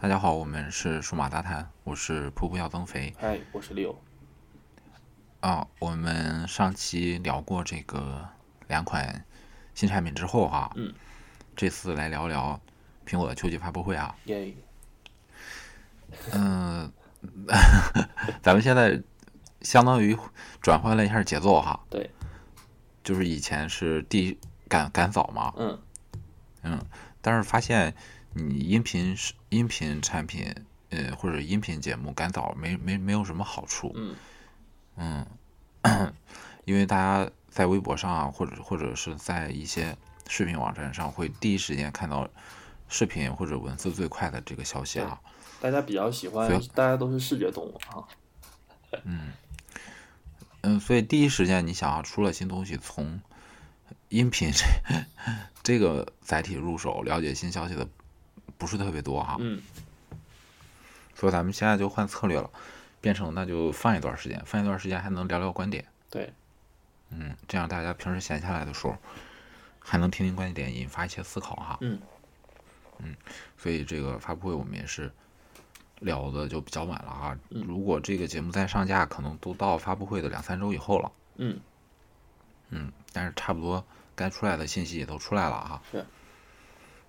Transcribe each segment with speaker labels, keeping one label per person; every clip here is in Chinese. Speaker 1: 大家好，我们是数码大谈，我是噗噗要增肥
Speaker 2: 嗨，我是六。
Speaker 1: 啊。我们上期聊过这个两款新产品之后哈、
Speaker 2: 嗯，
Speaker 1: 这次来聊聊苹果的秋季发布会啊。
Speaker 2: 耶，
Speaker 1: 嗯，咱们现在相当于转换了一下节奏哈。
Speaker 2: 对，
Speaker 1: 就是以前是第一赶赶早嘛，
Speaker 2: 嗯，
Speaker 1: 嗯，但是发现你音频是音频产品，呃，或者音频节目赶早没没没有什么好处，
Speaker 2: 嗯
Speaker 1: 嗯因为大家在微博上啊，或者或者是在一些视频网站上，会第一时间看到视频或者文字最快的这个消息啊，
Speaker 2: 大家比较喜欢
Speaker 1: 行，
Speaker 2: 大家都是视觉动物啊。
Speaker 1: 嗯，所以第一时间你想要出了新东西，从音频这这个载体入手了解新消息的不是特别多哈，
Speaker 2: 嗯，
Speaker 1: 所以咱们现在就换策略了，变成那就放一段时间，放一段时间还能聊聊观点，
Speaker 2: 对，
Speaker 1: 嗯，这样大家平时闲下来的时候还能听听观点，引发一些思考哈。嗯
Speaker 2: 嗯
Speaker 1: 所以这个发布会我们也是聊的就比较晚了啊。
Speaker 2: 嗯
Speaker 1: 如果这个节目再上架，可能都到发布会的两三周以后了。
Speaker 2: 嗯，
Speaker 1: 嗯，但是差不多该出来的信息也都出来了啊。
Speaker 2: 是。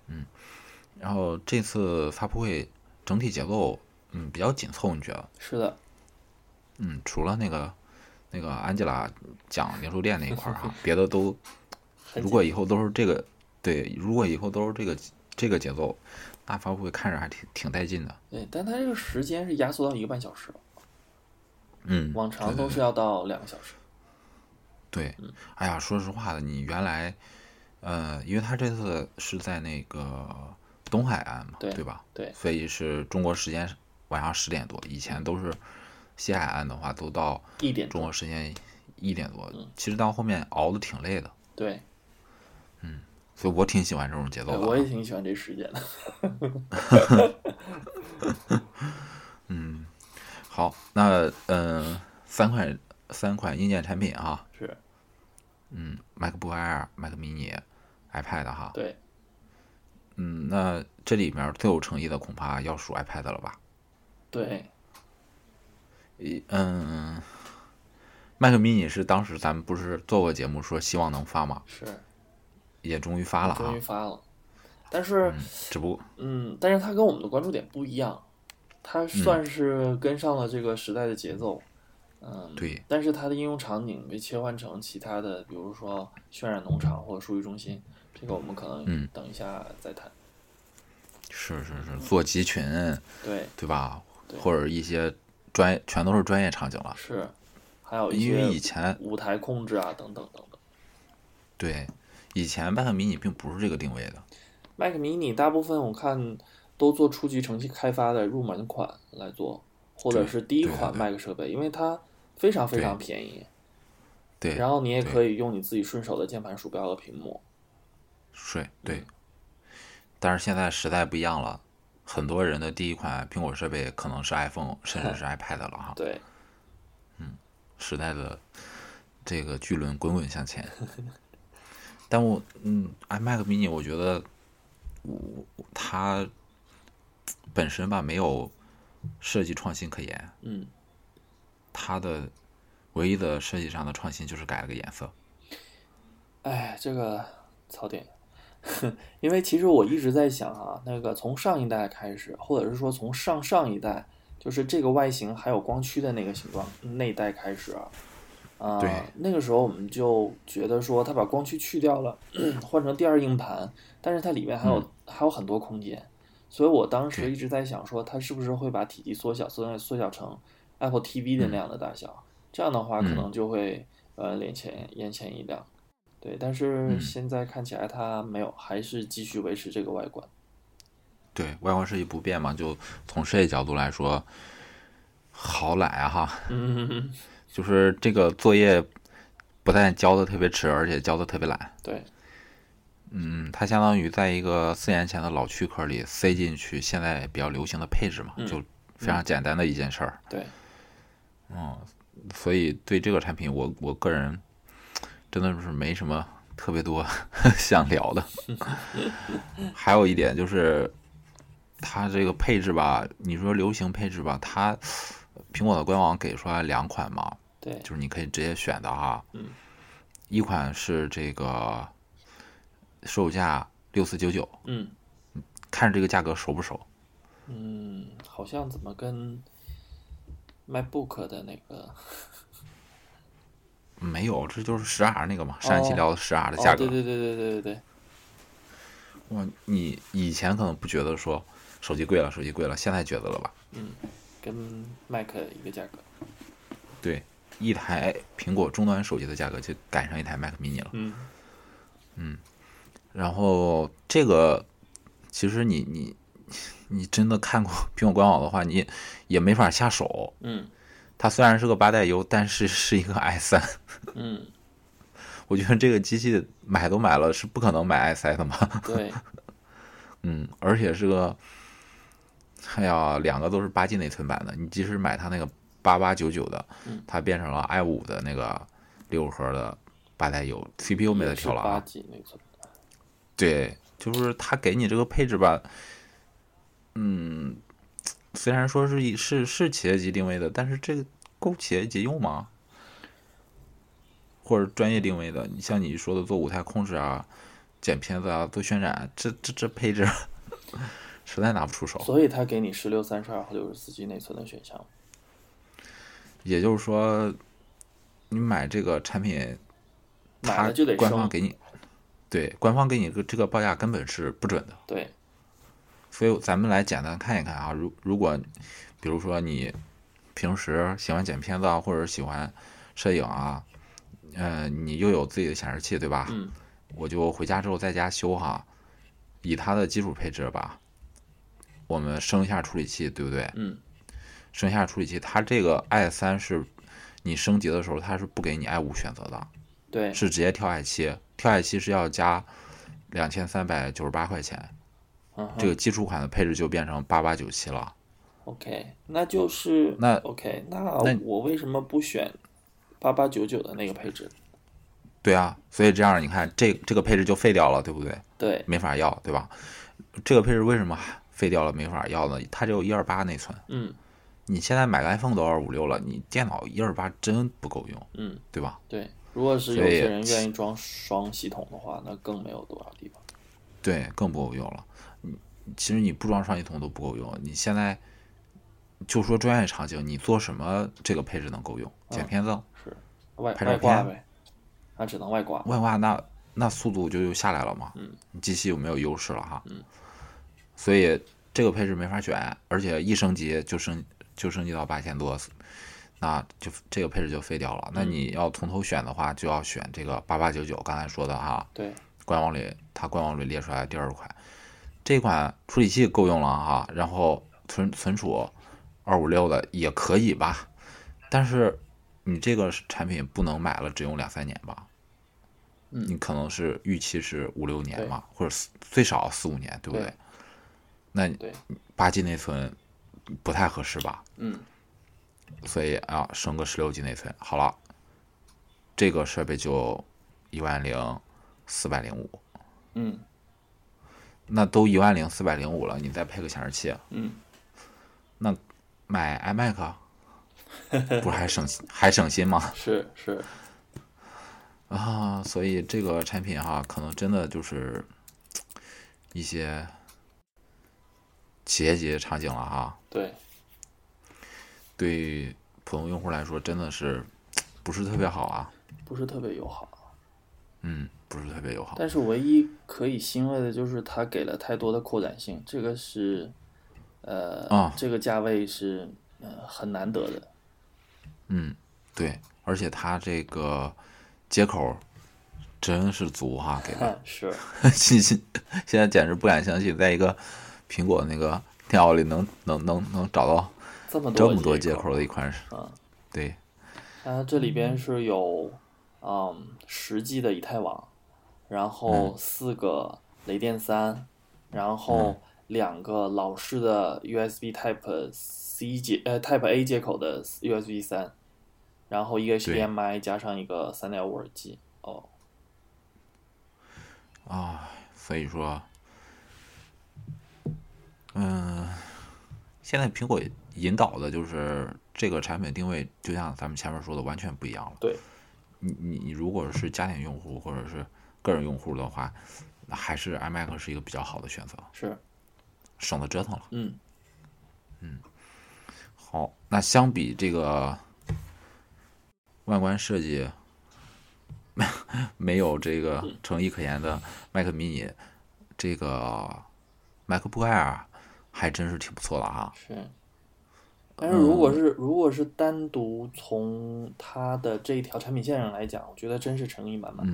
Speaker 1: 嗯，然后这次发布会整体节奏嗯比较紧凑，你觉得？
Speaker 2: 是的，
Speaker 1: 嗯，除了那个那个安吉拉讲零售店那一块儿 哈，别的都
Speaker 2: 很
Speaker 1: 如果以后都是这个对，如果以后都是这个这个节奏，那发布会看着还挺挺带劲的。
Speaker 2: 对，但它这个时间是压缩到一个半小时了，
Speaker 1: 嗯，
Speaker 2: 往
Speaker 1: 对
Speaker 2: 常
Speaker 1: 对
Speaker 2: 都是要到两个小时。
Speaker 1: 对，
Speaker 2: 嗯
Speaker 1: 哎呀，说实话的，你原来，呃，因为他这次是在那个东海岸嘛，
Speaker 2: 对
Speaker 1: 吧？
Speaker 2: 对
Speaker 1: 所以是中国时间晚上十点多，以前都是西海岸的话，都到
Speaker 2: 一点
Speaker 1: 中
Speaker 2: 钟，
Speaker 1: 国时间一点多
Speaker 2: 嗯。
Speaker 1: 其实到后面熬的挺累的，
Speaker 2: 对，
Speaker 1: 所以我挺喜欢这种节
Speaker 2: 对
Speaker 1: 奏
Speaker 2: 哎我
Speaker 1: 的
Speaker 2: 也
Speaker 1: 啊。
Speaker 2: 挺喜欢这时间的。
Speaker 1: 嗯，好，那呃，三款三款硬件产品啊，
Speaker 2: 是
Speaker 1: 嗯，MacBook Air、Mac mini、iPad 哈，
Speaker 2: 对，
Speaker 1: 嗯，那这里面最有诚意的恐怕要数 iPad 了吧？
Speaker 2: 对，
Speaker 1: 一嗯，Mac mini 是当时咱们不是做过节目说希望能发吗？
Speaker 2: 是，
Speaker 1: 也终于发了
Speaker 2: 终
Speaker 1: 啊
Speaker 2: 于！发了。但是，
Speaker 1: 只不过
Speaker 2: 嗯，但是它跟我们的关注点不一样，
Speaker 1: 嗯
Speaker 2: 它算是跟上了这个时代的节奏。嗯，
Speaker 1: 对，
Speaker 2: 但是它的应用场景被切换成其他的，比如说渲染农场或者数据中心，这个我们可能
Speaker 1: 嗯
Speaker 2: 等一下再谈。
Speaker 1: 是是是，做集群
Speaker 2: 对，
Speaker 1: 对吧？
Speaker 2: 对
Speaker 1: 或者一些专业全都是专业场景了，
Speaker 2: 是，还有一
Speaker 1: 因为以
Speaker 2: 些
Speaker 1: 前
Speaker 2: 舞台控制啊，等等等等。
Speaker 1: 对以前 Mac mini 并不是这个定位的，
Speaker 2: Mac mini 大部分我看都做初级程序开发的入门款来做，或者
Speaker 1: 对
Speaker 2: 是第一
Speaker 1: 对对
Speaker 2: 款
Speaker 1: 对
Speaker 2: Mac 设备，因为它非常非
Speaker 1: 对
Speaker 2: 常便宜，
Speaker 1: 对，
Speaker 2: 然后你也
Speaker 1: 对
Speaker 2: 可以用你自己顺手的键盘、鼠标和屏幕。
Speaker 1: 是，对。
Speaker 2: 嗯
Speaker 1: 但是现在时代不一样了，很多人的第一款苹果设备可能是 iPhone，甚 至是 iPad 了哈。
Speaker 2: 对，
Speaker 1: 时代的这个巨轮滚滚向前。但我嗯，iMac mini 我觉得我它本身吧没有设计创新可言，
Speaker 2: 嗯，
Speaker 1: 它的唯一的设计上的创新就是改了个颜色。
Speaker 2: 哎，这个槽点，因为其实我一直在想啊，那个从上一代开始，或者是说从上上一代，就是这个外形还有光驱的那个形状那一代开始啊，啊、
Speaker 1: 对
Speaker 2: 那个时候我们就觉得说，它把光驱去掉了， 换成第二硬盘，但是它里面还有、还有很多空间，所以我当时
Speaker 1: 嗯对
Speaker 2: 一直在想说，它是不是会把体积缩小，缩缩小成 Apple TV 的那样的大小？这样的话，可
Speaker 1: 嗯
Speaker 2: 能就会、呃眼前眼前一亮。对，但是
Speaker 1: 嗯
Speaker 2: 现在看起来它没有，还是继续维持这个外观。
Speaker 1: 对外观设计不变嘛，就从设计角度来说，好懒啊哈。
Speaker 2: 嗯，
Speaker 1: 就是这个作业不但交的特别迟，而且交的特别懒。
Speaker 2: 对，
Speaker 1: 嗯，它相当于在一个四年前的老躯壳里塞进去现在比较流行的配置嘛，
Speaker 2: 嗯
Speaker 1: 就非常简单的一件事儿。
Speaker 2: 对，
Speaker 1: 嗯，所以对这个产品我，我个人真的是没什么 特别多想聊的。还有一点就是，它这个配置吧，你说流行配置吧，它苹果的官网给出来两款嘛，
Speaker 2: 对，
Speaker 1: 就是你可以直接选的哈。
Speaker 2: 嗯。
Speaker 1: 一款是这个售价六四九九，
Speaker 2: 嗯
Speaker 1: 看着这个价格熟不熟？
Speaker 2: 嗯，好像怎么跟 MacBook 的那个
Speaker 1: 没有，这就是十 R 那个嘛，上一期
Speaker 2: 哦
Speaker 1: 聊的十 R 的
Speaker 2: 哦
Speaker 1: 价格。
Speaker 2: 对对对对对对对，
Speaker 1: 哇，你以前可能不觉得说手机贵了，手机贵了，现在觉得了吧？
Speaker 2: 跟 Mac 一个价格。
Speaker 1: 对，一台苹果终端手机的价格就赶上一台 Mac mini 了。
Speaker 2: 嗯
Speaker 1: 然后这个，其实你你你真的看过 苹果官网的话，你也也没法下手。
Speaker 2: 嗯
Speaker 1: 它虽然是个八代优，但是是一个 i 三。
Speaker 2: 嗯，
Speaker 1: 我觉得这个机器买都买了，是不可能买 i 三的嘛。
Speaker 2: 对，
Speaker 1: 嗯，而且是个，哎呀，两个都是八 G 内存版的，你即使买它那个八八九九的
Speaker 2: 嗯，
Speaker 1: 它变成了 i 五的那个六核的八代油，CPU 没得
Speaker 2: 也是
Speaker 1: 挑了
Speaker 2: 八
Speaker 1: 啊。
Speaker 2: G 那个。
Speaker 1: 对，就是它给你这个配置吧，嗯，虽然说是一是是企业级定位的，但是这个够企业级用吗？或者专业定位的，你像你说的做舞台控制啊、剪片子啊、做渲染啊，这这这配置 实在拿不出手。
Speaker 2: 所以它给你十六、三十二和六十四 G 内存的选项。
Speaker 1: 也就是说，你买这个产品，
Speaker 2: 买
Speaker 1: 它
Speaker 2: 了就得
Speaker 1: 官方
Speaker 2: 升，
Speaker 1: 给你，对，官方给你个这个报价根本是不准的。
Speaker 2: 对，
Speaker 1: 所以咱们来简单看一看啊，如如果比如说你平时喜欢剪片子啊，或者喜欢摄影啊，呃，你又有自己的显示器对吧？
Speaker 2: 嗯
Speaker 1: 我就回家之后在家修哈，以它的基础配置吧，我们升一下处理器，对不对？
Speaker 2: 嗯
Speaker 1: 升一下处理器，它这个 i 三是你升级的时候，它是不给你 i 五选择的，
Speaker 2: 对，
Speaker 1: 是直接跳 i 七，跳 i 七是要加两千三百九十八块钱，
Speaker 2: 嗯哼
Speaker 1: 这个基础款的配置就变成八八九七了。
Speaker 2: OK，那就是
Speaker 1: 那
Speaker 2: OK，那
Speaker 1: 那
Speaker 2: 我为什么不选八八九九的那个配置？
Speaker 1: 对啊，所以这样你看，这这个配置就废掉了，对不对？
Speaker 2: 对，
Speaker 1: 没法要，对吧？这个配置为什么废掉了没法要呢？它只有一二八内存，
Speaker 2: 嗯
Speaker 1: 你现在买个 iPhone 都二五六了，你电脑一二八真不够用，
Speaker 2: 嗯，
Speaker 1: 对吧？
Speaker 2: 对。如果是有
Speaker 1: 所以
Speaker 2: 些人愿意装双系统的话，那更没有多少地方。
Speaker 1: 对，更不够用了。你其实你不装双系统都不够用，你现在就说专业场景，你做什么这个配置能够用？
Speaker 2: 嗯
Speaker 1: 剪片子、
Speaker 2: 是外
Speaker 1: 拍照
Speaker 2: 外挂
Speaker 1: 片
Speaker 2: 呗，那只能外挂。
Speaker 1: 外挂，那那速度就又下来了嘛。你机器又没有优势了哈。所以这个配置没法选，而且一升级就升就升级到八千多，那就这个配置就废掉了。那你要从头选的话，就要选这个八八九九，刚才说的哈。
Speaker 2: 对，
Speaker 1: 官网里它官网里列出来第二款，这款处理器够用了哈，然后存存储二五六的也可以吧，但是你这个产品不能买了只用两三年吧，
Speaker 2: 嗯
Speaker 1: 你可能是预期是五六年
Speaker 2: 对
Speaker 1: 嘛，或者四最少四五年，对不对？
Speaker 2: 对
Speaker 1: 那
Speaker 2: 对
Speaker 1: 八 G 内存不太合适吧？
Speaker 2: 嗯
Speaker 1: 所以啊，升个十六 G 内存好了，这个设备就一万零四百零五。
Speaker 2: 嗯
Speaker 1: 那都一万零四百零五了，你再配个显示器，啊
Speaker 2: 嗯，
Speaker 1: 买 iMac，不是还省心还省心吗？
Speaker 2: 是是，
Speaker 1: 啊，所以这个产品哈、可能真的就是一些企业级场景了哈、
Speaker 2: 对，
Speaker 1: 对于普通用户来说真的是不是特别好啊，
Speaker 2: 不是特别友好。
Speaker 1: 嗯，不是特别友好。
Speaker 2: 但是唯一可以欣慰的就是它给了太多的扩展性，这个是，呃，
Speaker 1: 啊
Speaker 2: 这个价位是呃很难得 的。
Speaker 1: 嗯，对，而且它这个接口真是足哈、给 的。
Speaker 2: 嗯是，
Speaker 1: 信信，现在简直不敢相信，在一个苹果那个电脑里能能能能找到
Speaker 2: 这么
Speaker 1: 这
Speaker 2: 多
Speaker 1: 么多
Speaker 2: 接
Speaker 1: 接口的一款是
Speaker 2: 啊，
Speaker 1: 对，
Speaker 2: 它这里边是有，嗯，十 G 的以太网，然后四个雷电三、然后两个老式的 USB Type C 接呃 Type A 接口的 USB 三，然后一个 HDMI 加上一个三点五耳机。哦，
Speaker 1: 所以说嗯，现在苹果引导的就是这个产品定位，就像咱们前面说的，完全不一样了。
Speaker 2: 对，
Speaker 1: 你你你如果是家庭用户或者是个人用户的话，那还是 iMac 是一个比较好的选择，
Speaker 2: 是，
Speaker 1: 省得折腾了。
Speaker 2: 嗯，
Speaker 1: 好，那相比这个外观设计 没有这个诚意可言的 Mac mini，这个 MacBook Air 还真是挺不错的啊哈。
Speaker 2: 是。但是如果是、如果是单独从它的这一条产品线上来讲，我觉得真是诚意满满。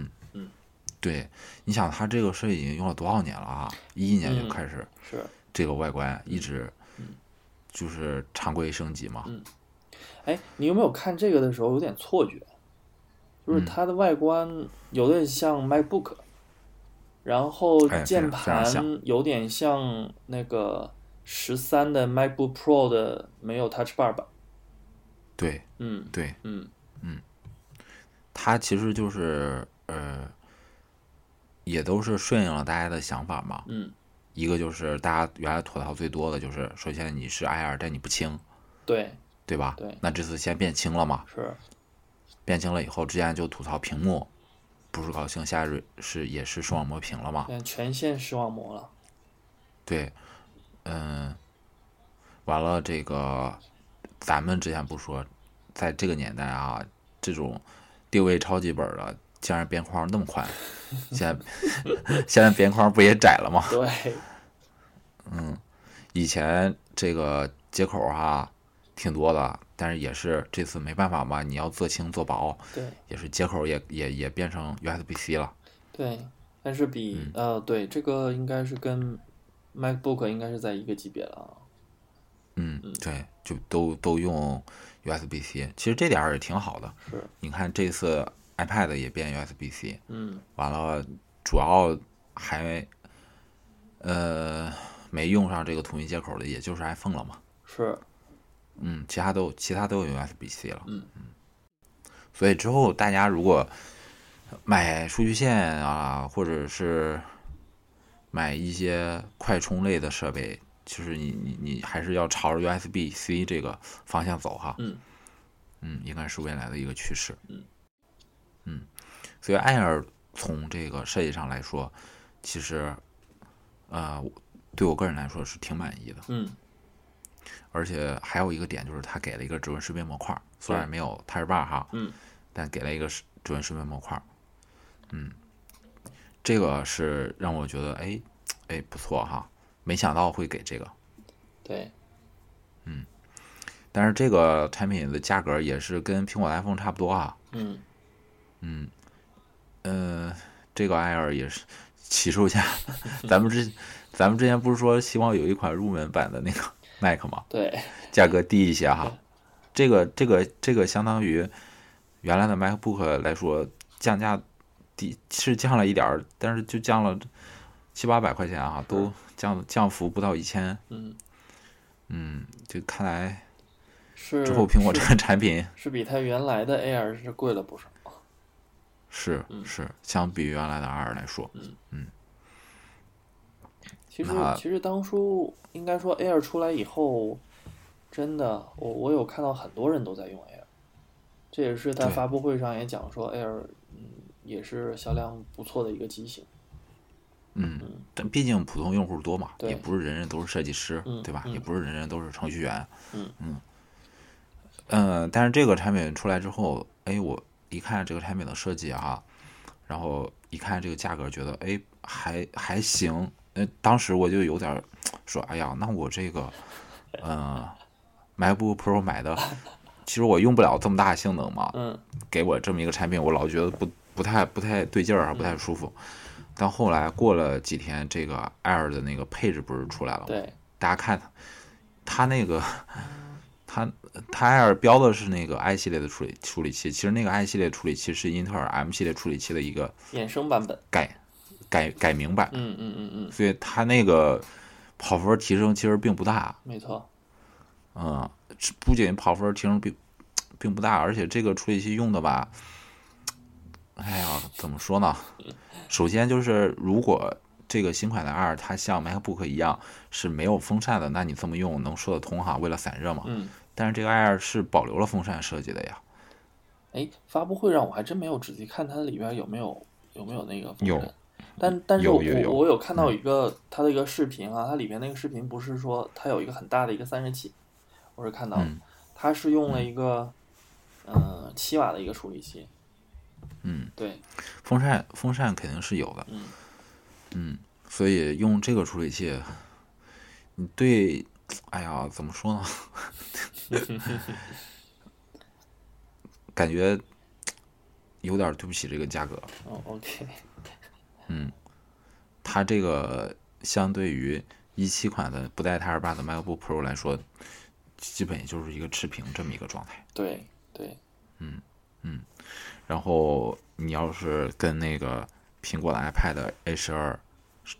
Speaker 1: 对，你想它这个设计已经用了多少年了啊？一一年就
Speaker 2: 嗯
Speaker 1: 开始
Speaker 2: 是，
Speaker 1: 这个外观一直就是常规升级
Speaker 2: 嗯
Speaker 1: 嘛。
Speaker 2: 哎，你有没有看这个的时候有点错觉？就是
Speaker 1: 嗯
Speaker 2: 它的外观有点像 MacBook，然后
Speaker 1: 哎
Speaker 2: 键
Speaker 1: 非常非常
Speaker 2: 盘
Speaker 1: 像
Speaker 2: 有点像那个十三的 MacBook Pro 的没有 Touch Bar 版。
Speaker 1: 对
Speaker 2: 嗯
Speaker 1: 对，
Speaker 2: 嗯，
Speaker 1: 它其实就是呃，也都是顺应了大家的想法嘛。
Speaker 2: 嗯，
Speaker 1: 一个就是大家原来吐槽最多的就是，首先你是 IR，但你不轻，
Speaker 2: 对，
Speaker 1: 对吧？
Speaker 2: 对
Speaker 1: 那这次先变轻了嘛，
Speaker 2: 是，
Speaker 1: 变轻了以后，之前就吐槽屏幕不是高清，现在是是也是视网膜屏了嘛。
Speaker 2: 现在全线视网膜了。
Speaker 1: 对，嗯，完了这个，咱们之前不说，在这个年代啊，这种定位超级本儿的，竟然边框那么宽，现在 现在边框不也窄了吗？
Speaker 2: 对，
Speaker 1: 嗯以前这个接口哈、挺多的，但是也是这次没办法嘛，你要做轻做薄，
Speaker 2: 对，
Speaker 1: 也是接口也也也变成 USB-C 了。
Speaker 2: 对，但是比、
Speaker 1: 嗯
Speaker 2: 呃，对，这个应该是跟 MacBook 应该是在一个级别了啊。
Speaker 1: 嗯，对，就都都用 USB-C，其实这点儿也挺好的。
Speaker 2: 是，
Speaker 1: 你看这次 iPad 也变 USB-C，
Speaker 2: 嗯，
Speaker 1: 完了主要还呃没用上这个图形接口的，也就是 iPhone 了嘛。
Speaker 2: 是，
Speaker 1: 嗯，其他都其他都有 USB-C 了。
Speaker 2: 嗯
Speaker 1: 所以之后大家如果买数据线啊，或者是买一些快充类的设备，就是你你你还是要朝着 USB-C 这个方向走哈。
Speaker 2: 嗯
Speaker 1: 嗯，应该是未来的一个趋势。
Speaker 2: 嗯
Speaker 1: 嗯所以艾尔从这个设计上来说，其实呃我对我个人来说是挺满意的。
Speaker 2: 嗯，
Speaker 1: 而且还有一个点就是，它给了一个指纹识别模块儿，虽然没有 Touch Bar 哈，
Speaker 2: 嗯，
Speaker 1: 但给了一个识指纹识别模块儿，嗯，这个是让我觉得哎哎不错哈，没想到会给这个，
Speaker 2: 对，
Speaker 1: 但是这个产品的价格也是跟苹果的 iPhone 差不多啊，
Speaker 2: 嗯，
Speaker 1: 嗯嗯、呃这个 Air 也是起售价，咱们之咱们之前不是说希望有一款入门版的那个 Mac 吗？
Speaker 2: 对，
Speaker 1: 价格低一些哈。这个这个这个相当于原来的 MacBook 来说，降价低是降了一点儿，但是就降了七八百块钱啊，都降降幅不到一千。
Speaker 2: 嗯，
Speaker 1: 嗯，就看来
Speaker 2: 是
Speaker 1: 之后苹果这
Speaker 2: 是
Speaker 1: 个产品
Speaker 2: 是比它原来的 Air 是贵了不少。
Speaker 1: 是
Speaker 2: 嗯
Speaker 1: 是相比原来的 Air 来说，
Speaker 2: 其实
Speaker 1: 那
Speaker 2: 其实当初应该说 Air 出来以后，真的，我我有看到很多人都在用 Air，这也是在
Speaker 1: 对
Speaker 2: 发布会上也讲说 Air，嗯，也是销量不错的一个机型。
Speaker 1: 哦嗯，但毕竟普通用户多嘛，
Speaker 2: 对
Speaker 1: 也不是人人都是设计师，
Speaker 2: 嗯
Speaker 1: 对吧？
Speaker 2: 嗯
Speaker 1: 也不是人人都是程序员，
Speaker 2: 嗯
Speaker 1: 嗯呃但是这个产品出来之后，哎，我一看这个产品的设计啊，然后一看这个价格，觉得哎还还行，呃，当时我就有点儿说，哎呀，那我这个，呃，买 b o Pro 买的，其实我用不了这么大性能嘛，
Speaker 2: 嗯，
Speaker 1: 给我这么一个产品，我老觉得不不太不太对劲儿啊，不
Speaker 2: 嗯
Speaker 1: 太舒服。但后来过了几天，这个 Air 的那个配置不是出来了吗？
Speaker 2: 对，
Speaker 1: 大家看它，它那个，它它 Air 标的是那个 i 系列的处理处理器，其实那个 i 系列处理器是英特尔 M 系列处理器的一个
Speaker 2: 衍生版本。
Speaker 1: 改改改名版，
Speaker 2: 嗯嗯嗯嗯，
Speaker 1: 所以它那个跑分提升其实并不大，啊
Speaker 2: 没错。
Speaker 1: 嗯，这不仅跑分提升并并不大，而且这个处理器用的吧，哎呀，怎么说呢？首先就是如果这个新款的二，它像 MacBook 一样是没有风扇的，那你这么用能说得通哈？为了散热嘛。
Speaker 2: 嗯。
Speaker 1: 但是这个 Air 是保留了风扇设计的呀。
Speaker 2: 哎，发布会上我还真没有仔细看它里边有没有有没有那个风
Speaker 1: 有
Speaker 2: 扇，但但是
Speaker 1: 有
Speaker 2: 我
Speaker 1: 有有嗯
Speaker 2: 我我有看到一个它的一个视频啊，它里面那个视频不是说它有一个很大的一个散热器，我是看到
Speaker 1: 嗯
Speaker 2: 它是用了一个嗯七瓦的一个处理器，
Speaker 1: 嗯，
Speaker 2: 对，
Speaker 1: 风扇风扇肯定是有的。
Speaker 2: 嗯
Speaker 1: 嗯，所以用这个处理器，你对，哎呀，怎么说呢？ 感觉有点对不起这个价格。
Speaker 2: 哦 OK，
Speaker 1: 它这个相对于一七款的不带 t 二八的 MacBook Pro 来说，基本就是一个持平这么一个状态。
Speaker 2: 对对，
Speaker 1: 然后你要是跟那个苹果的 iPad A 十二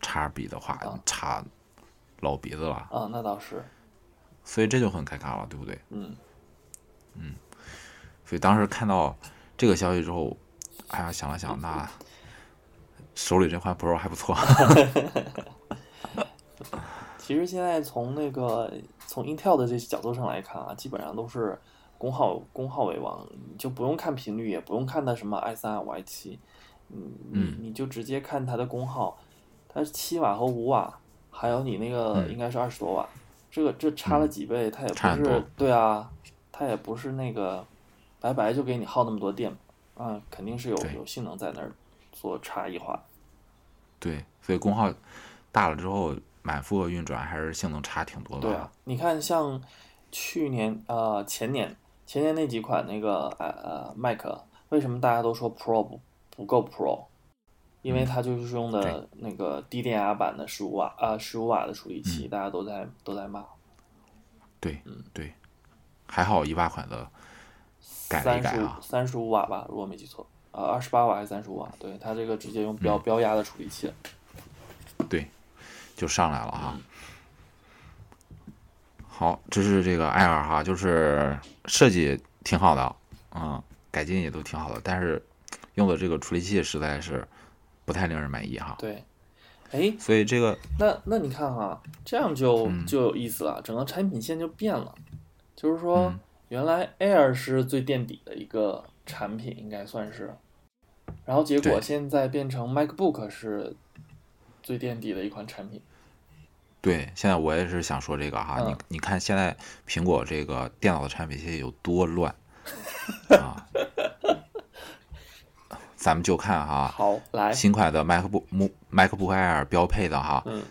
Speaker 1: 叉比的话
Speaker 2: 啊，
Speaker 1: 差老鼻子了，
Speaker 2: 啊那倒是，
Speaker 1: 所以这就很尴尬了，对不对？嗯
Speaker 2: 嗯
Speaker 1: 所以当时看到这个消息之后，哎呀，想了想，那手里这款 Pro 还不错。
Speaker 2: 其实现在从那个从 Intel 的这些角度上来看啊，基本上都是功耗功耗为王，你就不用看频率，也不用看它什么 i 三、五 i 七，嗯，你
Speaker 1: 嗯
Speaker 2: 你就直接看它的功耗，它是七瓦和五瓦，还有你那个
Speaker 1: 嗯
Speaker 2: 应该是二十多瓦，这个这差了几倍，它也
Speaker 1: 差
Speaker 2: 不
Speaker 1: 很多
Speaker 2: 是对啊，它也不是那个白白就给你耗那么多电啊，肯定是有
Speaker 1: 对
Speaker 2: 有性能在那儿做差异化，
Speaker 1: 对，所以功耗大了之后，满负荷运转还是性能差挺多的。
Speaker 2: 对啊，你看像去年呃前年前年那几款那个呃呃 Mac，为什么大家都说 Pro 不不够 Pro？因为它就是用的
Speaker 1: 嗯对
Speaker 2: 那个低电压版的十五瓦啊十五瓦的处理
Speaker 1: 嗯
Speaker 2: 器，大家都在都在骂，
Speaker 1: 对
Speaker 2: 嗯
Speaker 1: 对，还好一八款的改了一
Speaker 2: 三
Speaker 1: 改
Speaker 2: 十
Speaker 1: 啊
Speaker 2: 五三十五瓦吧，如果没记错，呃二十八瓦还是三十五瓦？对，它这个直接用
Speaker 1: 嗯
Speaker 2: 标标压的处理器了，
Speaker 1: 对，就上来了哈。好，这是这个 Air 哈，就是设计挺好的，嗯，改进也都挺好的，但是用的这个处理器实在是不太令人满意哈。
Speaker 2: 对，哎，
Speaker 1: 所以这个
Speaker 2: 那那你看哈、这样就
Speaker 1: 嗯
Speaker 2: 就有意思了，整个产品线就变了。就是说，
Speaker 1: 嗯
Speaker 2: 原来 Air 是最垫底的一个产品，应该算是，然后结果
Speaker 1: 对
Speaker 2: 现在变成 MacBook 是最垫底的一款产品。
Speaker 1: 对，现在我也是想说这个哈，
Speaker 2: 嗯
Speaker 1: 你你看现在苹果这个电脑的产品线有多 乱啊！咱们就看哈，
Speaker 2: 好，来，
Speaker 1: 新款的 MacBook Mo- MacBook Air 标配的哈，
Speaker 2: 嗯，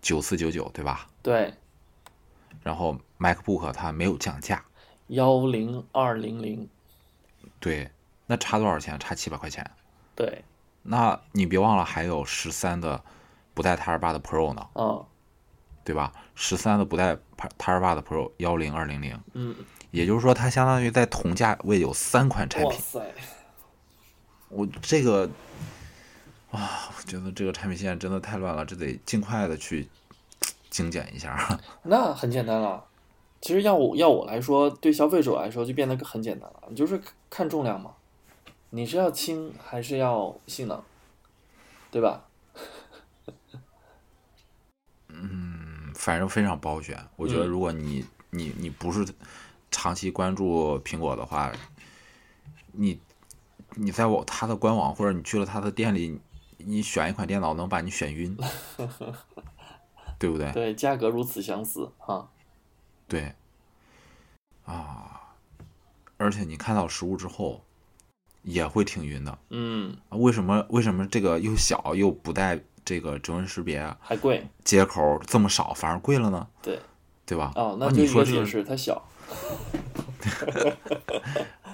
Speaker 1: 九四九九对吧？
Speaker 2: 对，
Speaker 1: 然后 MacBook 它没有降价，
Speaker 2: 幺零二零零，
Speaker 1: 对，那差多少钱？差七百块钱。
Speaker 2: 对，
Speaker 1: 那你别忘了还有十三的不带 T 二八的 Pro 呢，
Speaker 2: 嗯
Speaker 1: 对吧？十三的不带 T 二八的 Pro 幺零二零零，
Speaker 2: 嗯，
Speaker 1: 也就是说它相当于在同价位有三款产
Speaker 2: 哇
Speaker 1: 品。
Speaker 2: 塞，
Speaker 1: 我这个啊，我觉得这个产品线真的太乱了，这得尽快的去精简一下。
Speaker 2: 那很简单了。其实要我要我来说，对消费者来说就变得很简单了，你就是看重量嘛，你是要轻还是要性能，对吧？
Speaker 1: 反正非常包选。我觉得
Speaker 2: 嗯
Speaker 1: 如果你、你你不是长期关注苹果的话，你你在我他的官网或者你去了他的店里，你选一款电脑能把你选 晕，对不对？
Speaker 2: 对，价格如此相似哈。
Speaker 1: 对，啊，而且你看到实物之后也会挺晕的。
Speaker 2: 嗯，
Speaker 1: 啊为什么为什么这个又小又不带这个指纹识别啊
Speaker 2: 还贵。
Speaker 1: 接口这么少，反而贵了呢？
Speaker 2: 对，
Speaker 1: 对吧？
Speaker 2: 哦，那
Speaker 1: 啊
Speaker 2: 就
Speaker 1: 你
Speaker 2: 一个
Speaker 1: 说这
Speaker 2: 解
Speaker 1: 个
Speaker 2: 释，它小。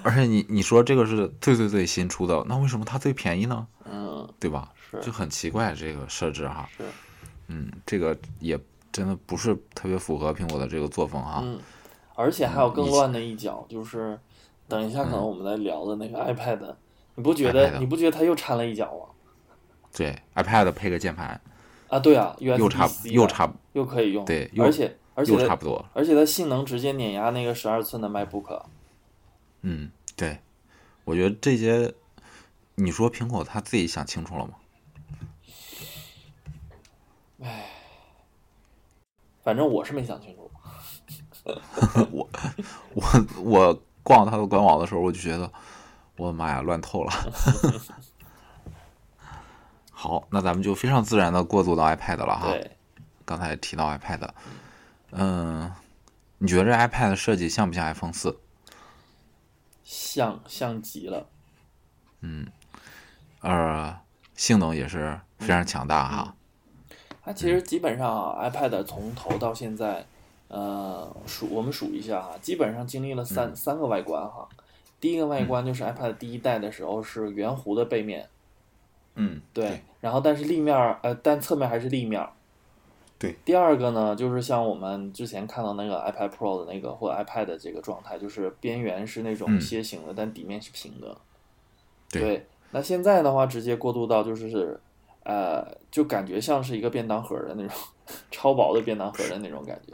Speaker 1: 而且你你说这个是最最最新出的，那为什么它最便宜呢？
Speaker 2: 嗯，
Speaker 1: 对吧？
Speaker 2: 是
Speaker 1: 就很奇怪这个设置哈，
Speaker 2: 是，
Speaker 1: 嗯，这个也真的不是特别符合苹果的这个作风哈。
Speaker 2: 嗯，而且还有更
Speaker 1: 以
Speaker 2: 乱的一角，就是等一下可能我们在聊的那个 iPad，你不觉
Speaker 1: 嗯 iPad
Speaker 2: 得你不觉得它又掺了一脚吗？
Speaker 1: 对，iPad 配个键盘
Speaker 2: 啊，对啊，USB
Speaker 1: 又差
Speaker 2: C
Speaker 1: 又差
Speaker 2: 又可以用，
Speaker 1: 对又
Speaker 2: 而且而且
Speaker 1: 又
Speaker 2: 它
Speaker 1: 差不多，
Speaker 2: 而且它性能直接碾压那个十二寸的 MacBook。
Speaker 1: 嗯，对，我觉得这些，你说苹果他自己想清楚了吗？
Speaker 2: 反正我是没想清楚。
Speaker 1: 我我 我逛它的官网的时候，我就觉得，我的妈呀，乱 透了。 好，那咱们就非常自然的过渡到 iPad 了哈。
Speaker 2: 对，
Speaker 1: 刚才提到 iPad，嗯，你觉得这 iPad 的设计像不像 iPhone 四？
Speaker 2: 像像极了。
Speaker 1: 呃，性能也是非常强大哈。
Speaker 2: 它其实基本上、啊、iPad 从头到现在，呃，数我们数一下哈、啊基本上经历了三、三个外观哈、第一个外观就是 iPad 第一代的时候是圆弧的背面，
Speaker 1: 嗯，
Speaker 2: 对，然后但是立面儿呃，但侧面还是立面儿。
Speaker 1: 对。
Speaker 2: 第二个呢，就是像我们之前看到那个 iPad Pro 的那个或 iPad 的这个状态，就是边缘是那种
Speaker 1: 嗯
Speaker 2: 楔形的，但底面是平的。
Speaker 1: 对
Speaker 2: 那现在的话，直接过渡到就是，呃，就感觉像是一个便当盒的那种 超薄的便当盒的那种感觉，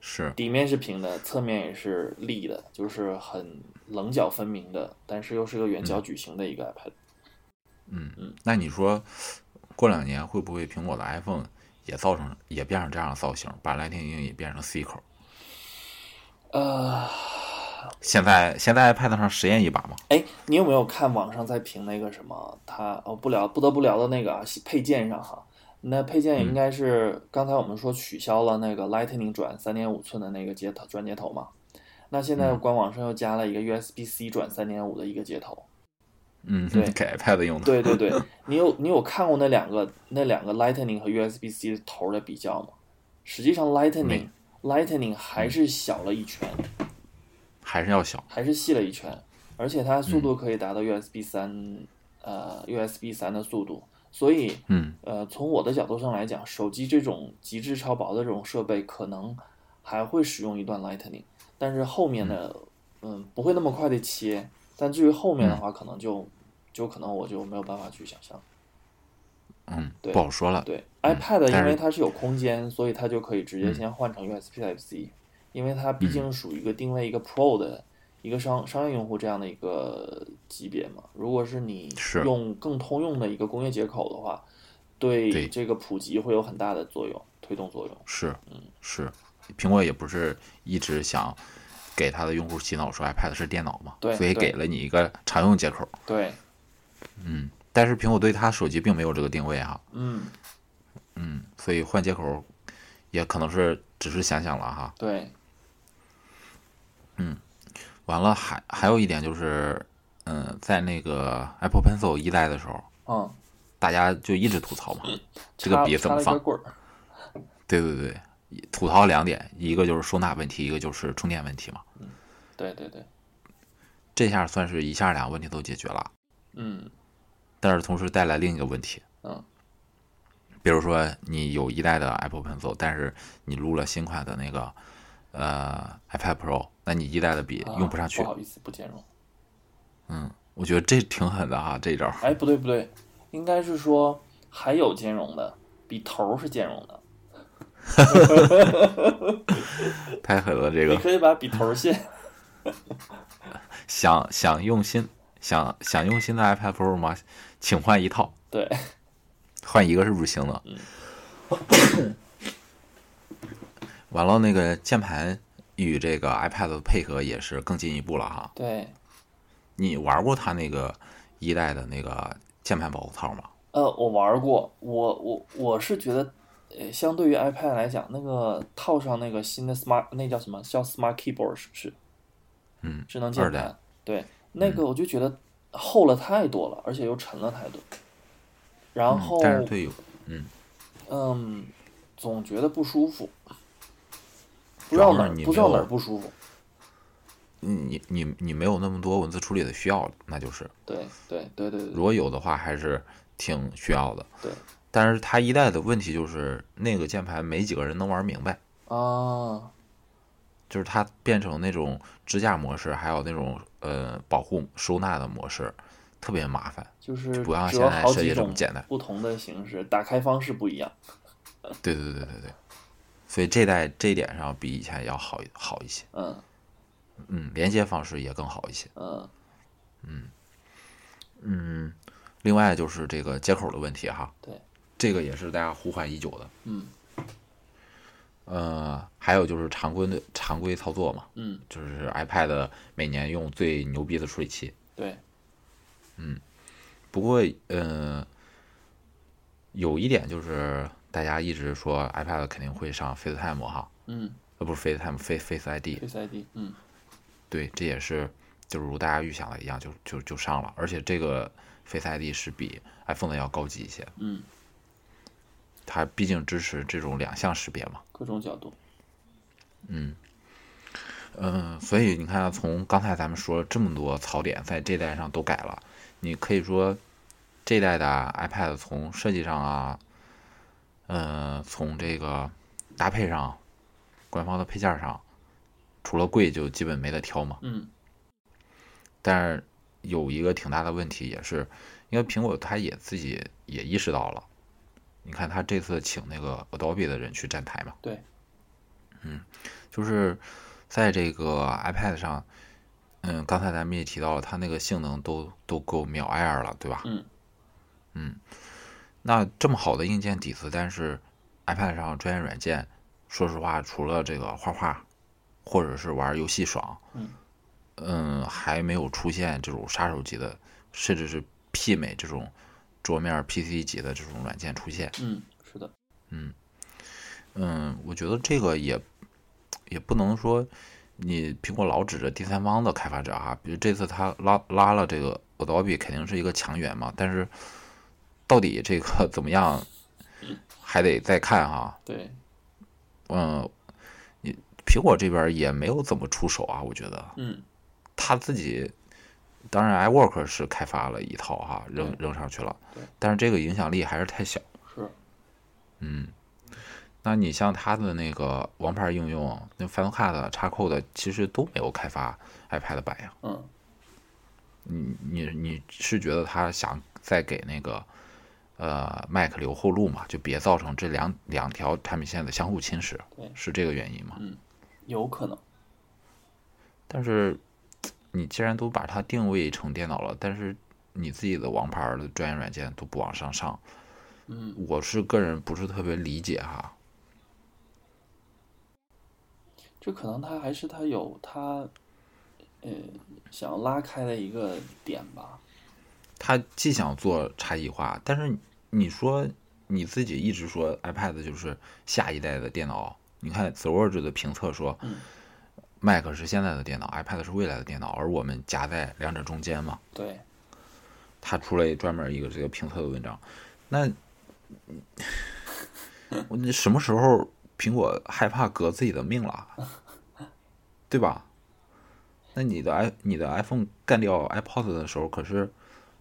Speaker 1: 是，
Speaker 2: 底面是平的，侧面也是立的，就是很棱角分明的，但是又是个圆角矩形的一个 iPad。
Speaker 1: 嗯，那你说过两年会不会苹果的 iPhone 也造成也变成这样的造型，把蓝天鹰也变成 C 口？
Speaker 2: 呃，
Speaker 1: 现在现在 iPad 上实验一把嘛，
Speaker 2: 哎，你有没有看网上在评那个什么？他哦，不聊不得不聊的那个啊配件上哈，那配件应该是刚才我们说取消了那个 Lightning 转三点五寸的那个接头转接头嘛，那现在官网上又加了一个 USB-C 转三点五的一个接头。
Speaker 1: 嗯，
Speaker 2: 对
Speaker 1: 给 iPad 用的，
Speaker 2: 对对对，你有你有看过那两个那两个 Lightning 和 USB-C 头的比较吗？实际上 Lightning Lightning 还是小了一圈，
Speaker 1: 还是要小，
Speaker 2: 还是细了一圈，而且它速度可以达到 USB 三、呃 USB 三的速度，所以
Speaker 1: 嗯
Speaker 2: 呃从我的角度上来讲，手机这种极致超薄的这种设备可能还会使用一段 Lightning，但是后面的嗯不会那么快的切，但至于后面的话，可能就就可能我就没有办法去想象。
Speaker 1: 嗯，
Speaker 2: 对
Speaker 1: 不好说了，
Speaker 2: 对 iPad，
Speaker 1: 嗯但
Speaker 2: 因
Speaker 1: 是嗯
Speaker 2: 为它是有空间，所以它就可以直接先换成 USB Type C，因为它毕竟属于一个定位一个 Pro 的一个商商业用户这样的一个级别嘛。如果是你
Speaker 1: 是
Speaker 2: 用更通用的一个工业接口的话，
Speaker 1: 对
Speaker 2: 对这个普及会有很大的作用，推动作用。
Speaker 1: 是
Speaker 2: 嗯
Speaker 1: 是，苹果也不是一直想给它的用户洗脑说 iPad 是电脑嘛，
Speaker 2: 对
Speaker 1: 所以
Speaker 2: 对
Speaker 1: 给了你一个常用接口，
Speaker 2: 对，
Speaker 1: 嗯，但是苹果对它手机并没有这个定位哈，
Speaker 2: 嗯，
Speaker 1: 嗯，所以换接口也可能是只是想想了哈，
Speaker 2: 对，
Speaker 1: 完了还还有一点就是，嗯，在那个 Apple Pencil 一代的时候，
Speaker 2: 嗯，
Speaker 1: 大家就一直吐 槽嘛，这
Speaker 2: 插
Speaker 1: 个笔怎
Speaker 2: 插
Speaker 1: 么
Speaker 2: 了一
Speaker 1: 放
Speaker 2: 根？棍儿，
Speaker 1: 对对对，吐槽两点，一个就是收纳问题，一个就是充电问题嘛。
Speaker 2: 对对对，
Speaker 1: 这下算是一下俩问题都解决了，
Speaker 2: 嗯
Speaker 1: 但是同时带来另一个问题，
Speaker 2: 嗯，
Speaker 1: 比如说你有一代的 Apple Pencil，但是你录了新款的那个呃 iPad Pro，那你一代的笔
Speaker 2: 啊
Speaker 1: 用不上去。
Speaker 2: 不好意思，不兼容。
Speaker 1: 嗯，我觉得这挺狠的啊哈，这一招。
Speaker 2: 哎，不对不对，应该是说还有兼容的，比头儿是兼容的。
Speaker 1: 太狠了，这
Speaker 2: 你
Speaker 1: 个
Speaker 2: 可以把笔头儿线
Speaker 1: 想想用新想想用新的 iPad Pro 吗？请换一套，
Speaker 2: 对，
Speaker 1: 换一个是不行的。
Speaker 2: 嗯
Speaker 1: 完了，那个键盘与这个 iPad 的配合也是更进一步了哈。
Speaker 2: 对，
Speaker 1: 你玩过它那个一代的那个键盘保护套吗？
Speaker 2: 呃，我玩儿过，我我我是觉得，呃，相对于 iPad 来讲，那个套上那个新的 Smart，那叫什么？叫 Smart Keyboard 是不是？
Speaker 1: 嗯，
Speaker 2: 智能键
Speaker 1: 二代嗯
Speaker 2: 盘。对，那个我就觉得厚了太多了，而且又沉了太多。然后，
Speaker 1: 但是对有
Speaker 2: 嗯，总觉得不舒服，
Speaker 1: 主
Speaker 2: 不知
Speaker 1: 要
Speaker 2: 道
Speaker 1: 是
Speaker 2: 哪儿
Speaker 1: 你
Speaker 2: 不知
Speaker 1: 没
Speaker 2: 道
Speaker 1: 有
Speaker 2: 哪儿不舒服。
Speaker 1: 你你你没有那么多文字处理的需要，那就是
Speaker 2: 对对对对
Speaker 1: 如
Speaker 2: 对
Speaker 1: 果有的话，还是挺需要的。
Speaker 2: 对
Speaker 1: 但是它一代的问题就是那个键盘没几个人能玩明白。
Speaker 2: 啊，
Speaker 1: 就是它变成那种支架模式，还有那种呃保护收纳的模式，特别麻烦。
Speaker 2: 就是
Speaker 1: 不像
Speaker 2: 只
Speaker 1: 现
Speaker 2: 有
Speaker 1: 在
Speaker 2: 好
Speaker 1: 设
Speaker 2: 几
Speaker 1: 计这么
Speaker 2: 种
Speaker 1: 简单
Speaker 2: 不同的形式，打开方式不一样。
Speaker 1: 对对对对对，所以这代这一点上比以前要好好一些，
Speaker 2: 嗯
Speaker 1: 嗯，连接方式也更好一些，
Speaker 2: 嗯
Speaker 1: 嗯。另外就是这个接口的问题哈，
Speaker 2: 对，
Speaker 1: 这个也是大家呼唤已久的，
Speaker 2: 嗯
Speaker 1: 呃，还有就是常规的常规操作嘛，
Speaker 2: 嗯，
Speaker 1: 就是 iPad 每年用最牛逼的处理器，
Speaker 2: 对，
Speaker 1: 不过，呃，有一点就是大家一直说 iPad 肯定会上 FaceTime 哈，
Speaker 2: 嗯
Speaker 1: 呃，不是 FaceTime，Face Face ID，
Speaker 2: ，Face ID，嗯
Speaker 1: 对，这也是就是如大家预想的一样，就就就上了，而且这个 Face ID 是比 iPhone 的要高级一些，
Speaker 2: 嗯，
Speaker 1: 它毕竟支持这种两项识别嘛，
Speaker 2: 各种角度，
Speaker 1: 嗯，所以你看，从刚才咱们说了这么多槽点，在这代上都改了，你可以说这代的 iPad 从设计上啊，呃，从这个搭配上，官方的配件上，除了贵就基本没得挑嘛。
Speaker 2: 嗯
Speaker 1: 但是有一个挺大的问题，也是因为苹果它也自己也意识到了，你看它这次请那个 Adobe 的人去站台嘛，
Speaker 2: 对，
Speaker 1: 嗯，就是在这个 iPad 上，嗯，刚才咱们也提到了，它那个性能都都够秒 Air 了，对吧？
Speaker 2: 嗯
Speaker 1: 嗯那这么好的硬件底子，但是 iPad 上专业软件，说实话，除了这个画画，或者是玩游戏爽，
Speaker 2: 嗯
Speaker 1: 嗯，还没有出现这种杀手级的，甚至是媲美这种桌面 PC 级的这种软件出现。
Speaker 2: 嗯，是的，
Speaker 1: 嗯，我觉得这个也也不能说你苹果老指着第三方的开发者哈，比如这次他拉拉了这个 Adobe，肯定是一个强援嘛，但是到底这个怎么样，还得再看哈。
Speaker 2: 对，
Speaker 1: 嗯，你苹果这边也没有怎么出手啊，我觉得
Speaker 2: 嗯
Speaker 1: 他自己。当然，iWork 是开发了一套哈，扔扔上去了
Speaker 2: 对，
Speaker 1: 但是这个影响力还是太小。
Speaker 2: 是，
Speaker 1: 嗯，那你像它的那个王牌应用，那 Final Cut、插扣的，其实都没有开发 iPad 版呀。
Speaker 2: 嗯
Speaker 1: 你你你是觉得他想再给那个呃 Mac 留后路嘛？就别造成这两两条产品线的相互侵蚀
Speaker 2: 对，
Speaker 1: 是这个原因吗？
Speaker 2: 有可能，
Speaker 1: 但是你既然都把它定位成电脑了，但是你自己的王牌儿的专业软件都不往上上，
Speaker 2: 嗯，
Speaker 1: 我是个人不是特别理解哈。
Speaker 2: 这可能他还是他有他，呃，想要拉开的一个点吧，
Speaker 1: 他既想做差异化，但是你说你自己一直说 iPad 就是下一代的电脑，你看 The Verge 的评测说、
Speaker 2: 嗯
Speaker 1: m a c 是现在的电脑，iPad 是未来的电脑，而我们夹在两者中间嘛。
Speaker 2: 对，
Speaker 1: 他出了专门一个这个评测的文章，那我你什么时候苹果害怕革自己的命了，对吧？那你的 i 你的 iPhone 干掉 iPod 的时候，可是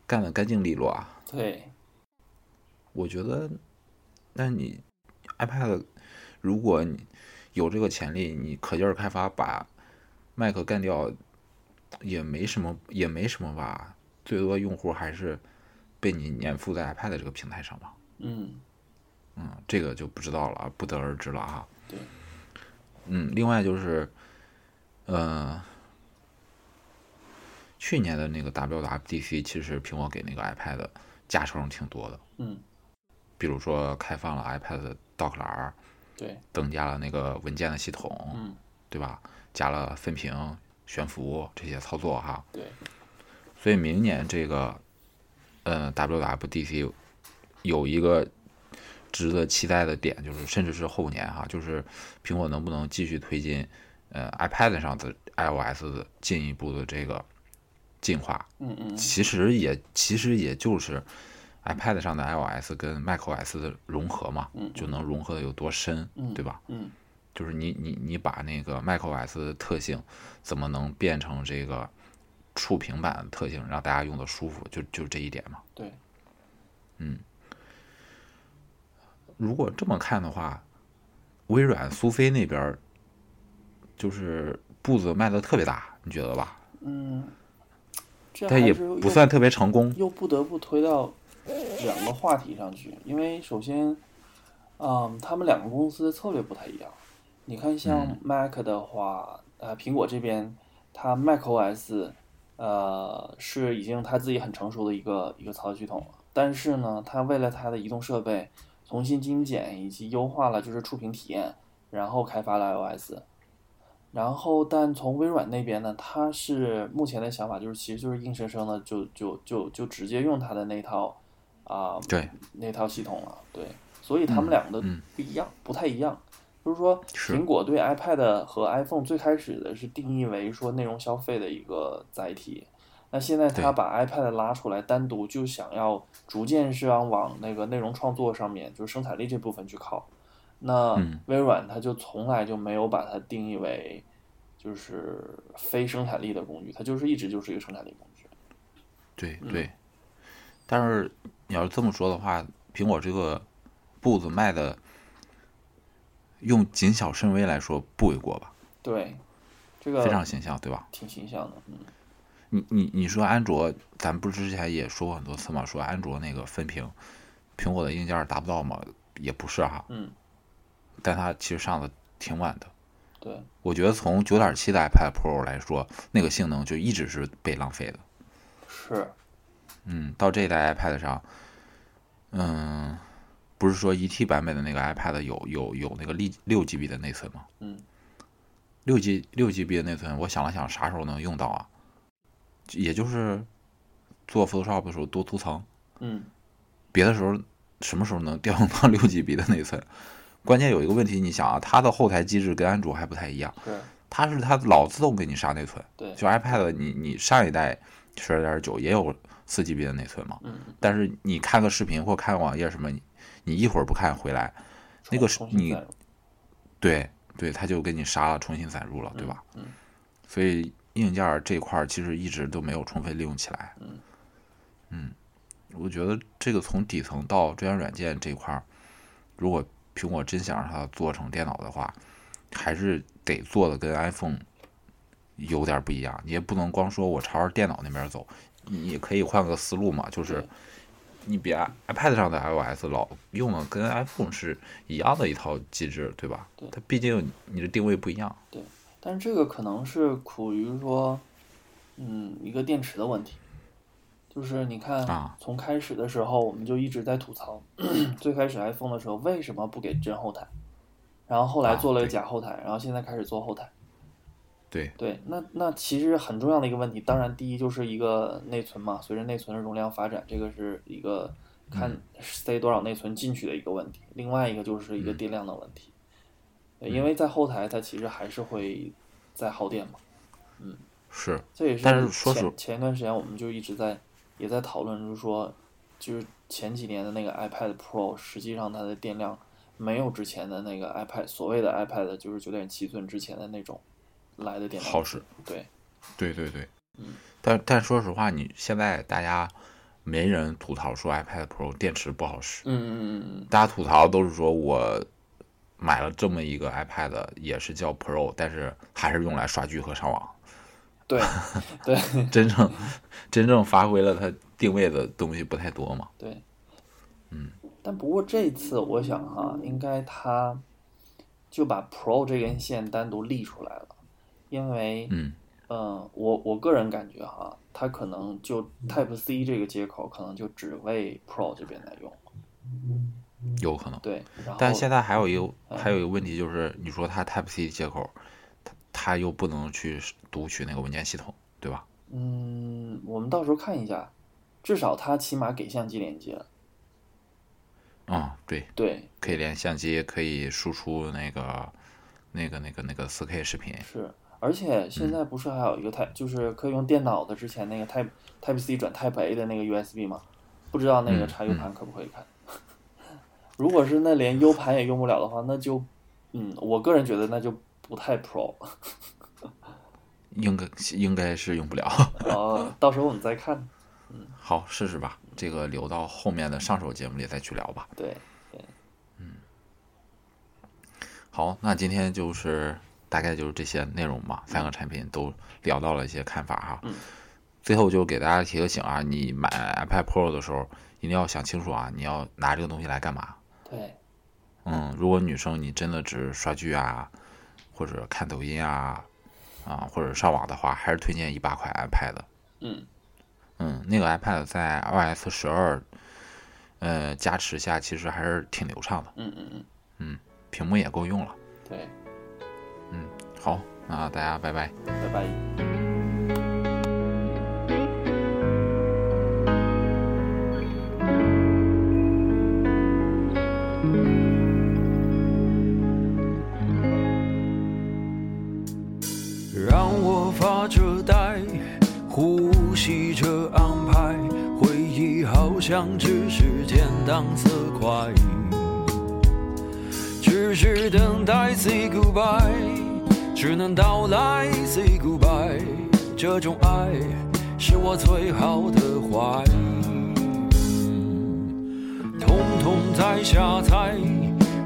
Speaker 1: 干得干净利落啊。
Speaker 2: 对，
Speaker 1: 我觉得，那你 iPad 如果你有这个潜力，你可劲儿开发把 Mac 干掉，也没什么，也没什么吧。最多用户还是被你粘附在 iPad 这个平台上吧。
Speaker 2: 嗯
Speaker 1: 嗯，这个就不知道了，啊不得而知了哈。
Speaker 2: 对，
Speaker 1: 嗯，另外就是，呃，去年的那个 WWDC，其实苹果给那个 iPad 加成挺多的。
Speaker 2: 嗯
Speaker 1: 比如说开放了 iPad Dock 栏，
Speaker 2: 对，
Speaker 1: 增加了那个文件的系统，
Speaker 2: 嗯
Speaker 1: 对吧？加了分屏、悬浮这些操作哈。
Speaker 2: 对，
Speaker 1: 所以明年这个，呃，WWDC 有一个值得期待的点，就是甚至是后年哈，就是苹果能不能继续推进呃 iPad 上的 iOS 的进一步的这个进化？
Speaker 2: 嗯嗯
Speaker 1: 其实也其实也就是 iPad 上的 iOS 跟 macOS 的融合嘛，就能融合的有多深，
Speaker 2: 嗯
Speaker 1: 对吧？
Speaker 2: 嗯，
Speaker 1: 就是你你你把那个 macOS 的特性怎么能变成这个触屏板的特性，让大家用的舒服，就就这一点嘛。嗯
Speaker 2: 对，
Speaker 1: 如果这么看的话，微软苏菲那边儿就是步子迈的特别大，你觉得吧？
Speaker 2: 嗯，这还
Speaker 1: 但也
Speaker 2: 是又
Speaker 1: 不算特别成功。
Speaker 2: 又不得不推到两个话题上去，因为首先，嗯，他们两个公司的策略不太一样。你看，像 Mac 的话，呃，苹果这边它 macOS，呃，是已经它自己很成熟的一个一个操作系统了。但是呢，它为了它的移动设备重新精简以及优化了就是触屏体验，然后开发了 iOS。然后，但从微软那边呢，它是目前的想法就是，其实就是硬生生的就就就就直接用它的那套啊、
Speaker 1: 对，
Speaker 2: 那套系统了，对，所以他们两个
Speaker 1: 嗯
Speaker 2: 不一样，不太一样。就是说，
Speaker 1: 是
Speaker 2: 苹果对 iPad 和 iPhone 最开始的是定义为说内容消费的一个载体，那现在它
Speaker 1: 对
Speaker 2: 把 iPad 拉出来单独，就想要逐渐是要往那个内容创作上面，就是生产力这部分去靠。那
Speaker 1: 嗯
Speaker 2: 微软它就从来就没有把它定义为就是非生产力的工具，它就是一直就是一个生产力工具。
Speaker 1: 对
Speaker 2: 嗯
Speaker 1: 对。但是你要是这么说的话，苹果这个步子迈的，用谨小慎微来说不为过吧？
Speaker 2: 对，这个
Speaker 1: 非常形象，对吧？
Speaker 2: 挺形象的，嗯，
Speaker 1: 你你你说安卓，咱不是之前也说过很多次嘛，说安卓那个分屏，苹果的硬件达不到嘛，也不是哈，
Speaker 2: 嗯，
Speaker 1: 但它其实上的挺晚的。
Speaker 2: 对。
Speaker 1: 我觉得从九点七的 iPad Pro 来说，那个性能就一直是被浪费的。
Speaker 2: 是，
Speaker 1: 嗯，到这一代 iPad 上，嗯，不是说一 T 版本的那个 iPad 有有有那个六六 GB 的内存吗？
Speaker 2: 嗯，
Speaker 1: 六 G 六 GB 的内存，我想了想，啥时候能用到啊？也就是做 Photoshop 的时候多涂层，
Speaker 2: 嗯，
Speaker 1: 别的时候什么时候能调用到六 GB 的内存？关键有一个问题，你想啊，它的后台机制跟安卓还不太一样，
Speaker 2: 是，
Speaker 1: 它是它老自动给你杀内存。
Speaker 2: 对，
Speaker 1: 就 iPad 你你上一代十二点九也有四 GB 的内存嘛，
Speaker 2: 嗯，
Speaker 1: 但是你看个视频或看网页什么，你你一会儿不看回来，那个是
Speaker 2: 重重新
Speaker 1: 你
Speaker 2: 再入
Speaker 1: 对对，它就给你杀了，重新载入了，对吧？
Speaker 2: 嗯
Speaker 1: 所以硬件儿这块儿其实一直都没有充分利用起来。
Speaker 2: 嗯
Speaker 1: 嗯我觉得这个从底层到中央软件这一块儿，如果苹果真想让它做成电脑的话，还是得做的跟 iPhone 有点儿不一样。你也不能光说我朝着电脑那边儿走，你也可以换个思路嘛，就是
Speaker 2: 对。
Speaker 1: 你比 i- iPad 上的 iOS 老用了跟 iPhone 是一样的一套机制，对吧？
Speaker 2: 对
Speaker 1: 它毕竟你的定位不一样。
Speaker 2: 但是这个可能是苦于说，嗯，一个电池的问题，就是你看，
Speaker 1: 啊
Speaker 2: 从开始的时候我们就一直在吐槽， 最开始 iPhone 的时候为什么不给真后台，然后后来
Speaker 1: 啊
Speaker 2: 做了个
Speaker 1: 对
Speaker 2: 假后台，然后现在开始做后台，
Speaker 1: 对，
Speaker 2: 对，那那其实很重要的一个问题，当然第一就是一个内存嘛，随着内存容量发展，这个是一个看
Speaker 1: 嗯
Speaker 2: 塞多少内存进去的一个问题。另外一个就是
Speaker 1: 嗯
Speaker 2: 一个电量的问题，对因为在后台它其实还是会在耗电嘛，
Speaker 1: 是
Speaker 2: 这也是
Speaker 1: 但是说实
Speaker 2: 前前一段时间我们就一直在也在讨论，就是说就是前几年的那个 iPad Pro，实际上它的电量没有之前的那个 iPad 所谓的 iPad 就是九点七寸之前的那种来的电量
Speaker 1: 好使。
Speaker 2: 对。
Speaker 1: 对对对
Speaker 2: 嗯，
Speaker 1: 但但说实话，你现在大家没人吐槽说 iPad Pro 电池不好使，
Speaker 2: 嗯嗯嗯嗯，
Speaker 1: 大家吐槽都是说我买了这么一个 iPad，也是叫 Pro，但是还是用来刷剧和上网，
Speaker 2: 对，对
Speaker 1: 真 正真正发挥了它定位的东西不太多嘛。
Speaker 2: 对， 嗯。但不过这一次，我想哈，应该他就把 Pro 这根线单独立出来了，因为
Speaker 1: 嗯，
Speaker 2: 嗯，我我个人感觉哈，它可能就
Speaker 1: 嗯
Speaker 2: Type C 这个接口可能就只为 Pro 这边来用，
Speaker 1: 有可能。
Speaker 2: 对。然后
Speaker 1: 但现在还有一个还有一个问题就是，你说它 Type C 接口，它它又不能去读取那个文件系统，对吧？
Speaker 2: 嗯，我们到时候看一下，至少它起码给相机连接了，
Speaker 1: 嗯，对，
Speaker 2: 对，
Speaker 1: 可以连相机，可以输出那个那个那个那个4 K 视频。
Speaker 2: 是，而且现
Speaker 1: 嗯
Speaker 2: 在不是还有一个 Type，、就是可以用电脑的之前那个 Type Type C 转 Type A 的那个 USB 吗？不知道那个
Speaker 1: 嗯
Speaker 2: 插 U 盘可不可以看？ 如果是那连 U 盘也用不了的话，那就，嗯，我个人觉得那就不太 Pro。
Speaker 1: 应该应该是用不了，
Speaker 2: 然后到时候我们再看。
Speaker 1: 好试试吧，这个留到后面的上手节目里再去聊吧。
Speaker 2: 对，
Speaker 1: 好，那今天就是大概就是这些内容吧，三个产品都聊到了一些看法哈。
Speaker 2: 嗯
Speaker 1: 最后就给大家提个醒啊，你买 iPad Pro 的时候一定要想清楚啊，你要拿这个东西来干嘛？
Speaker 2: 对，
Speaker 1: 嗯，如果女生你真的只是刷剧啊，或者看抖音啊，啊或者上网的话，还是推荐一八款 iPad。
Speaker 2: 嗯，
Speaker 1: 嗯，那个 iPad 在 iOS 十二呃加持下，其实还是挺流畅的，
Speaker 2: 嗯嗯嗯，
Speaker 1: 屏幕也够用了。
Speaker 2: 对，
Speaker 1: 嗯，好，那大家拜拜。
Speaker 2: 拜拜。
Speaker 3: 让我发着呆，呼吸着安排，回忆好像只是简单色块，只是等待 say goodbye，只能到来 say goodbye，这种爱是我最好的怀疑。统统在下载，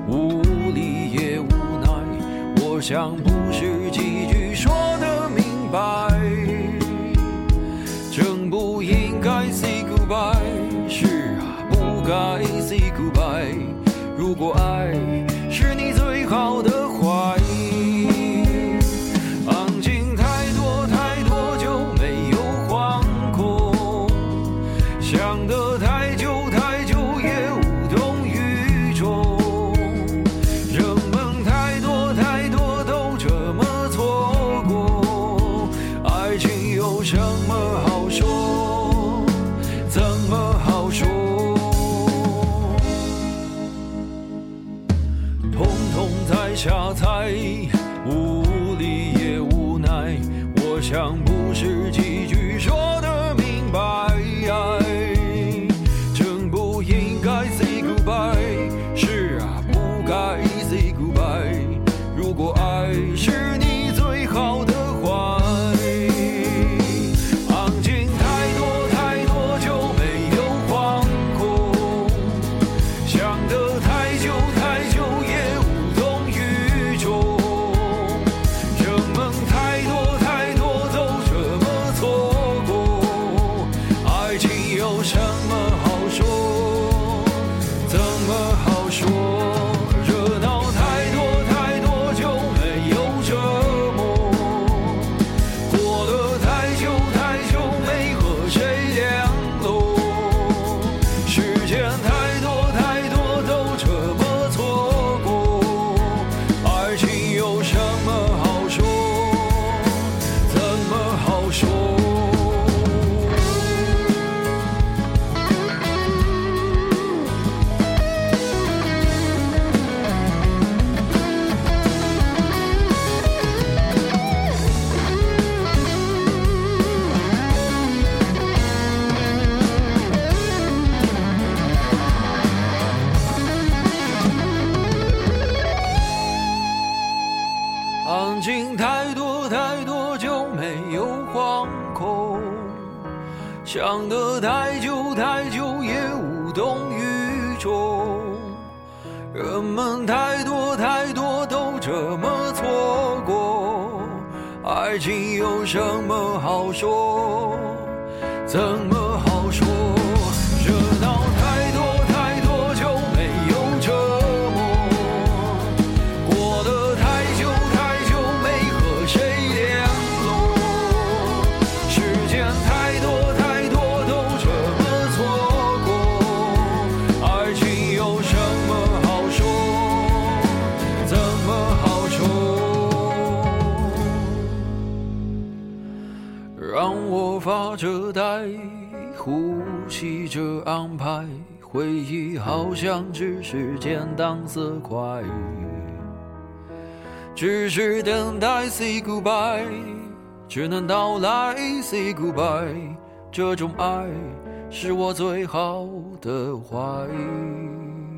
Speaker 3: 无力也无奈。我想不是几句说的明白，真不应该 say goodbye。是啊，不该 say goodbye。如果爱是你最好的怀疑，安静太多太多就没有惶恐。想得太久太久也无动于衷，人们太多太多都这么错过，爱情有什么好说？怎么好说？统统在下载，无力也无奈。我想不是几句说的明白，真不应该 say goodbye。是啊，不该 say goodbye。如果爱是你最好的怀。安静太多太多就没有惶恐，想得太久太久也无动于衷，人们太多太多都这么错过，爱情有什么好说？怎么好说？热闹太多太多就没有折磨。过了太久太久没和谁联络，时间太多太多都这么错过，爱情有什么好说？怎么好说？安静太多太多就没有惶恐，想得太久太久也无动于衷，人们太多太多都这么错过，爱情有什么好说？怎么好说？热闹太多太多就没有折磨。过得太久太久没和谁联络，时间太多太多都这么错过，爱情有什么好说？怎么好说？让我发着呆，呼吸着安排，回忆好像只是简单色块。只是等待 say goodbye，只能到来 say goodbye。这种爱是我最好的怀疑。